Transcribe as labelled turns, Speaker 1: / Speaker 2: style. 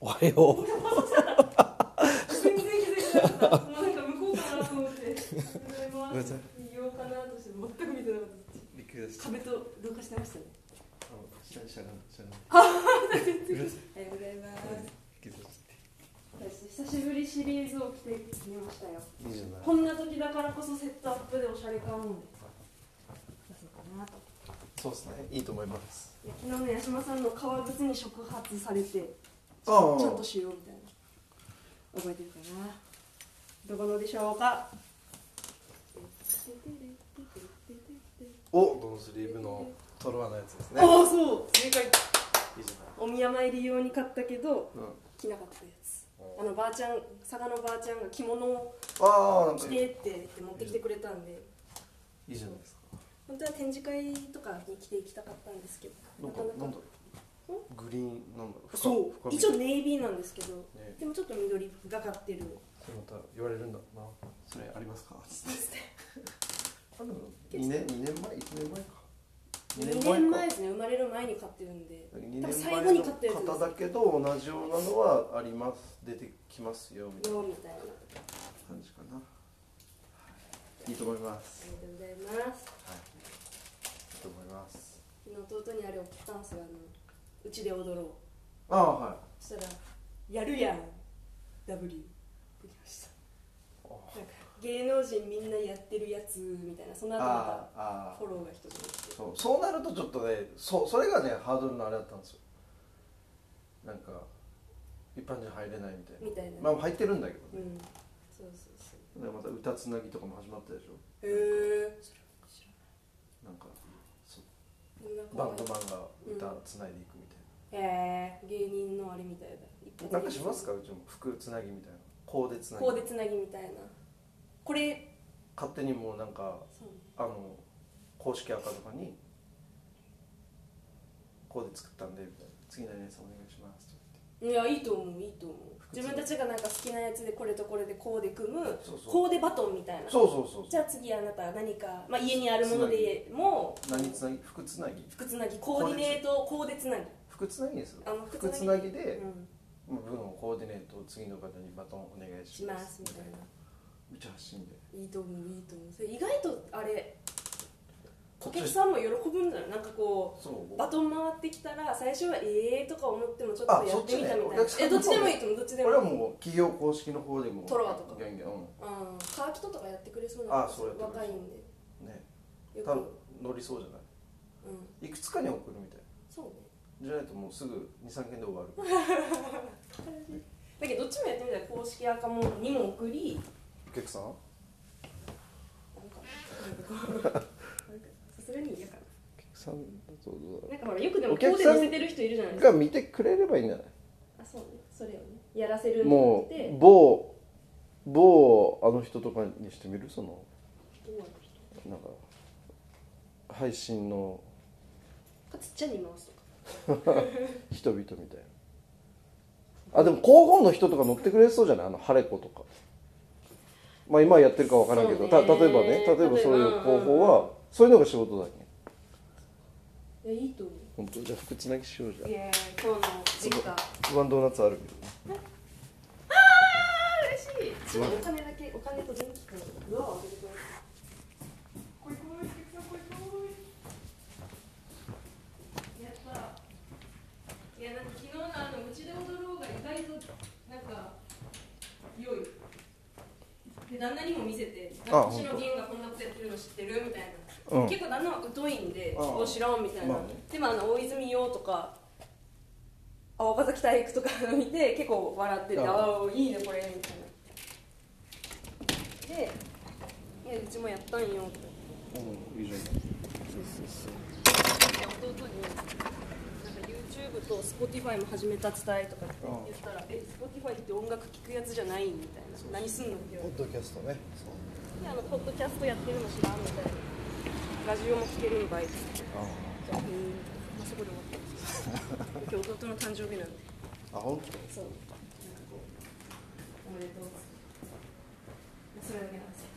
Speaker 1: おは よう
Speaker 2: 全然気づいてなかったもうなんか向こうかなと思っておはようございます言おうかなとして全く見てなかった
Speaker 3: びっくりした。あ
Speaker 2: 壁と同化してましたね
Speaker 3: の、しゃ、しゃがん、しゃがん。
Speaker 2: おはようございま
Speaker 3: びっくりし
Speaker 2: す私久しぶりシリーズを着てみましたよ
Speaker 3: たいいじゃない。
Speaker 2: こんな時だからこそセットアップでおしゃれ感を出そうかなと
Speaker 3: そうですね。いいと思います。
Speaker 2: いや昨日ね八島さんの革靴に触発されてち
Speaker 3: あ
Speaker 2: ょ
Speaker 3: あ
Speaker 2: ちゃんとしようみたいな覚えてるかなどこのでしょうか
Speaker 3: お、ドンスリーブのトロワのやつですね。
Speaker 2: ああそう正解
Speaker 3: いいじゃない。
Speaker 2: お宮参り用に買ったけど
Speaker 3: うん。
Speaker 2: 着なかったやつあのばあちゃん佐賀のばあちゃんが着物を
Speaker 3: ああ、なん
Speaker 2: 着
Speaker 3: か
Speaker 2: てって言って持ってきてくれたんで
Speaker 3: いいじゃないですか。
Speaker 2: 本当は展示会とかに着ていきたかったんですけど
Speaker 3: なんか、なんだろう。グリーン、なんだろう。
Speaker 2: そう一
Speaker 3: 一応。
Speaker 2: 応
Speaker 3: ね。
Speaker 2: ネイビーなんですけど
Speaker 3: で
Speaker 2: でもちょっと緑がかってる
Speaker 3: また言われるんだろうな。それありますか。つって。あの、二年、二年前、一年前か。
Speaker 2: 2年
Speaker 3: か
Speaker 2: 前ですね生まれる前に買ってるんで
Speaker 3: 2
Speaker 2: 多分
Speaker 3: 年
Speaker 2: 最
Speaker 3: 前
Speaker 2: 後に
Speaker 3: の
Speaker 2: 買ったやつです
Speaker 3: 方だけど同じようなのはあります出てきますよみたいな
Speaker 2: よみたいなあ
Speaker 3: 感じかな。いいと思います。
Speaker 2: りがとうございます
Speaker 3: はい。いいと思います。
Speaker 2: 昨日弟にあれ送ったんですよあのうちで踊ろう
Speaker 3: ああはい。
Speaker 2: そしたら「やるやん W」できましたなんか芸能人みんなやってるやつみたいなその後ま
Speaker 3: ああ
Speaker 2: た
Speaker 3: ああ
Speaker 2: フォローが一つできて
Speaker 3: そうそうなるとちょっとねそうそれがねハードルのあれだったんですよ。なんか一般人入れないみたいな。
Speaker 2: みたいな、
Speaker 3: まあ入ってるんだけど
Speaker 2: う
Speaker 3: ね。
Speaker 2: んそうそうそう
Speaker 3: でまた歌つなぎとかも始まったでしょ。
Speaker 2: へえ
Speaker 3: なんかそう
Speaker 2: ー、
Speaker 3: バン
Speaker 2: な
Speaker 3: ド
Speaker 2: んか
Speaker 3: マンが歌つないでいくみたいな。
Speaker 2: へえー、芸人のあれみたいだ一本
Speaker 3: なんかしますかうちも服つなぎみたいなコーデつなぎ
Speaker 2: こうでつなぎみたいなこれ
Speaker 3: 勝手にもうなんか
Speaker 2: そう
Speaker 3: あの公式アカとかにコーデ作ったんでみたいな次のやつお願いしますと
Speaker 2: いやいいと思ういいと思う
Speaker 3: 複雑
Speaker 2: 自分たちがなんか好きなやつでこれとこれでこうで組む
Speaker 3: そうそう
Speaker 2: こうでバトンみたいな
Speaker 3: そうそうそう
Speaker 2: じゃあ次あなた何か、まあ、家にあるものでも
Speaker 3: 何つなぎ服つなぎ
Speaker 2: 服つなぎコーディネートコーデつなぎ
Speaker 3: 服つなぎですよ
Speaker 2: あの
Speaker 3: 服つなぎ
Speaker 2: う
Speaker 3: で
Speaker 2: ん、
Speaker 3: 部分をコーディネート次の方にバトンお願いし
Speaker 2: しま
Speaker 3: ますす
Speaker 2: みたいな
Speaker 3: めっちゃ発信で
Speaker 2: いいと思ういいと思うそれ意外とあれ
Speaker 3: こ
Speaker 2: お
Speaker 3: っち
Speaker 2: 客さんも喜ぶんじゃないなんかこ
Speaker 3: そう
Speaker 2: うバトン回ってきたら最初はええー、とか思ってもちょっとやってみたみたいな、
Speaker 3: あそっちね
Speaker 2: えどっちでもいいと思うどっちで
Speaker 3: こ
Speaker 2: も
Speaker 3: れ
Speaker 2: う
Speaker 3: は
Speaker 2: ん
Speaker 3: もう企業公式の方でも
Speaker 2: トロワとか
Speaker 3: ギャンギャン
Speaker 2: カーキトとかやってくれそうな
Speaker 3: あそうやってくれそう
Speaker 2: 若いんで
Speaker 3: うんね
Speaker 2: よく
Speaker 3: 多分乗りそうじゃな
Speaker 2: うん
Speaker 3: いいくつかに送るみたい
Speaker 2: そうね
Speaker 3: じゃないともうすぐ23件で終 わる
Speaker 2: だけどどっちもやってみたら公式赤もにも送り
Speaker 3: お客さん
Speaker 2: なんかなんかこうなんかさすがに嫌かな
Speaker 3: お客さんだとどうだろ
Speaker 2: なんかほらよくでも
Speaker 3: お
Speaker 2: コー
Speaker 3: 客
Speaker 2: デ見
Speaker 3: さん
Speaker 2: せてる人いるじゃないです
Speaker 3: う
Speaker 2: か
Speaker 3: が見てくれればいいんじゃない
Speaker 2: あそうねそれをねやらせるんじゃな
Speaker 3: も
Speaker 2: くて
Speaker 3: う某某あの人とかにしてみるその
Speaker 2: どうやる
Speaker 3: なんか配信の
Speaker 2: かつっちゃんに回すとか
Speaker 3: 人々みたいなあでも広報の人とか乗ってくれそうじゃないあの晴れ子とかまあ今やってるかわからんけど
Speaker 2: そ
Speaker 3: た
Speaker 2: うね
Speaker 3: 例えばね例えばそういう
Speaker 2: 例えば
Speaker 3: 広報はそういうのが仕事だね
Speaker 2: いやいいと思
Speaker 3: 本当じゃあ服つなぎしようじゃ
Speaker 2: ういや今日の実家あ
Speaker 3: ん不安ドーナツあるけどね
Speaker 2: ー嬉しいちょっとお金だけお金と電気とドアを開けてくださいこいこいこいこいやったいやなんか昨日のあのうちで踊ろうが意外となんか良いで旦那にも見せてなんかうちの議員がこんなことやってるの知ってるみたいな
Speaker 3: うん
Speaker 2: 結構旦那は疎いんで、
Speaker 3: ああ
Speaker 2: お知らんみたいな、
Speaker 3: まあね
Speaker 2: でもあの大泉洋とか青岡崎体育とか見て結構笑ってて「
Speaker 3: あ
Speaker 2: あ
Speaker 3: あ
Speaker 2: あいいねこれ」みたいなでいや「うちもやったんよ」って
Speaker 3: うんいいじゃない
Speaker 2: 弟に「なんか YouTube と Spotify も始めた伝え」とかって言ったら「え Spotify って音楽聴くやつじゃない?」みたいな「何すんの?」って言われて
Speaker 3: ポッドキャストね
Speaker 2: であのポッドキャストやってるの知らんみたいなラジオも聞けるんばいじゃあへえまあそこで終わったんですけど今日弟の誕生日なんで
Speaker 3: あ本
Speaker 2: そうなんかこうおめでとうまあそれだけなんですよ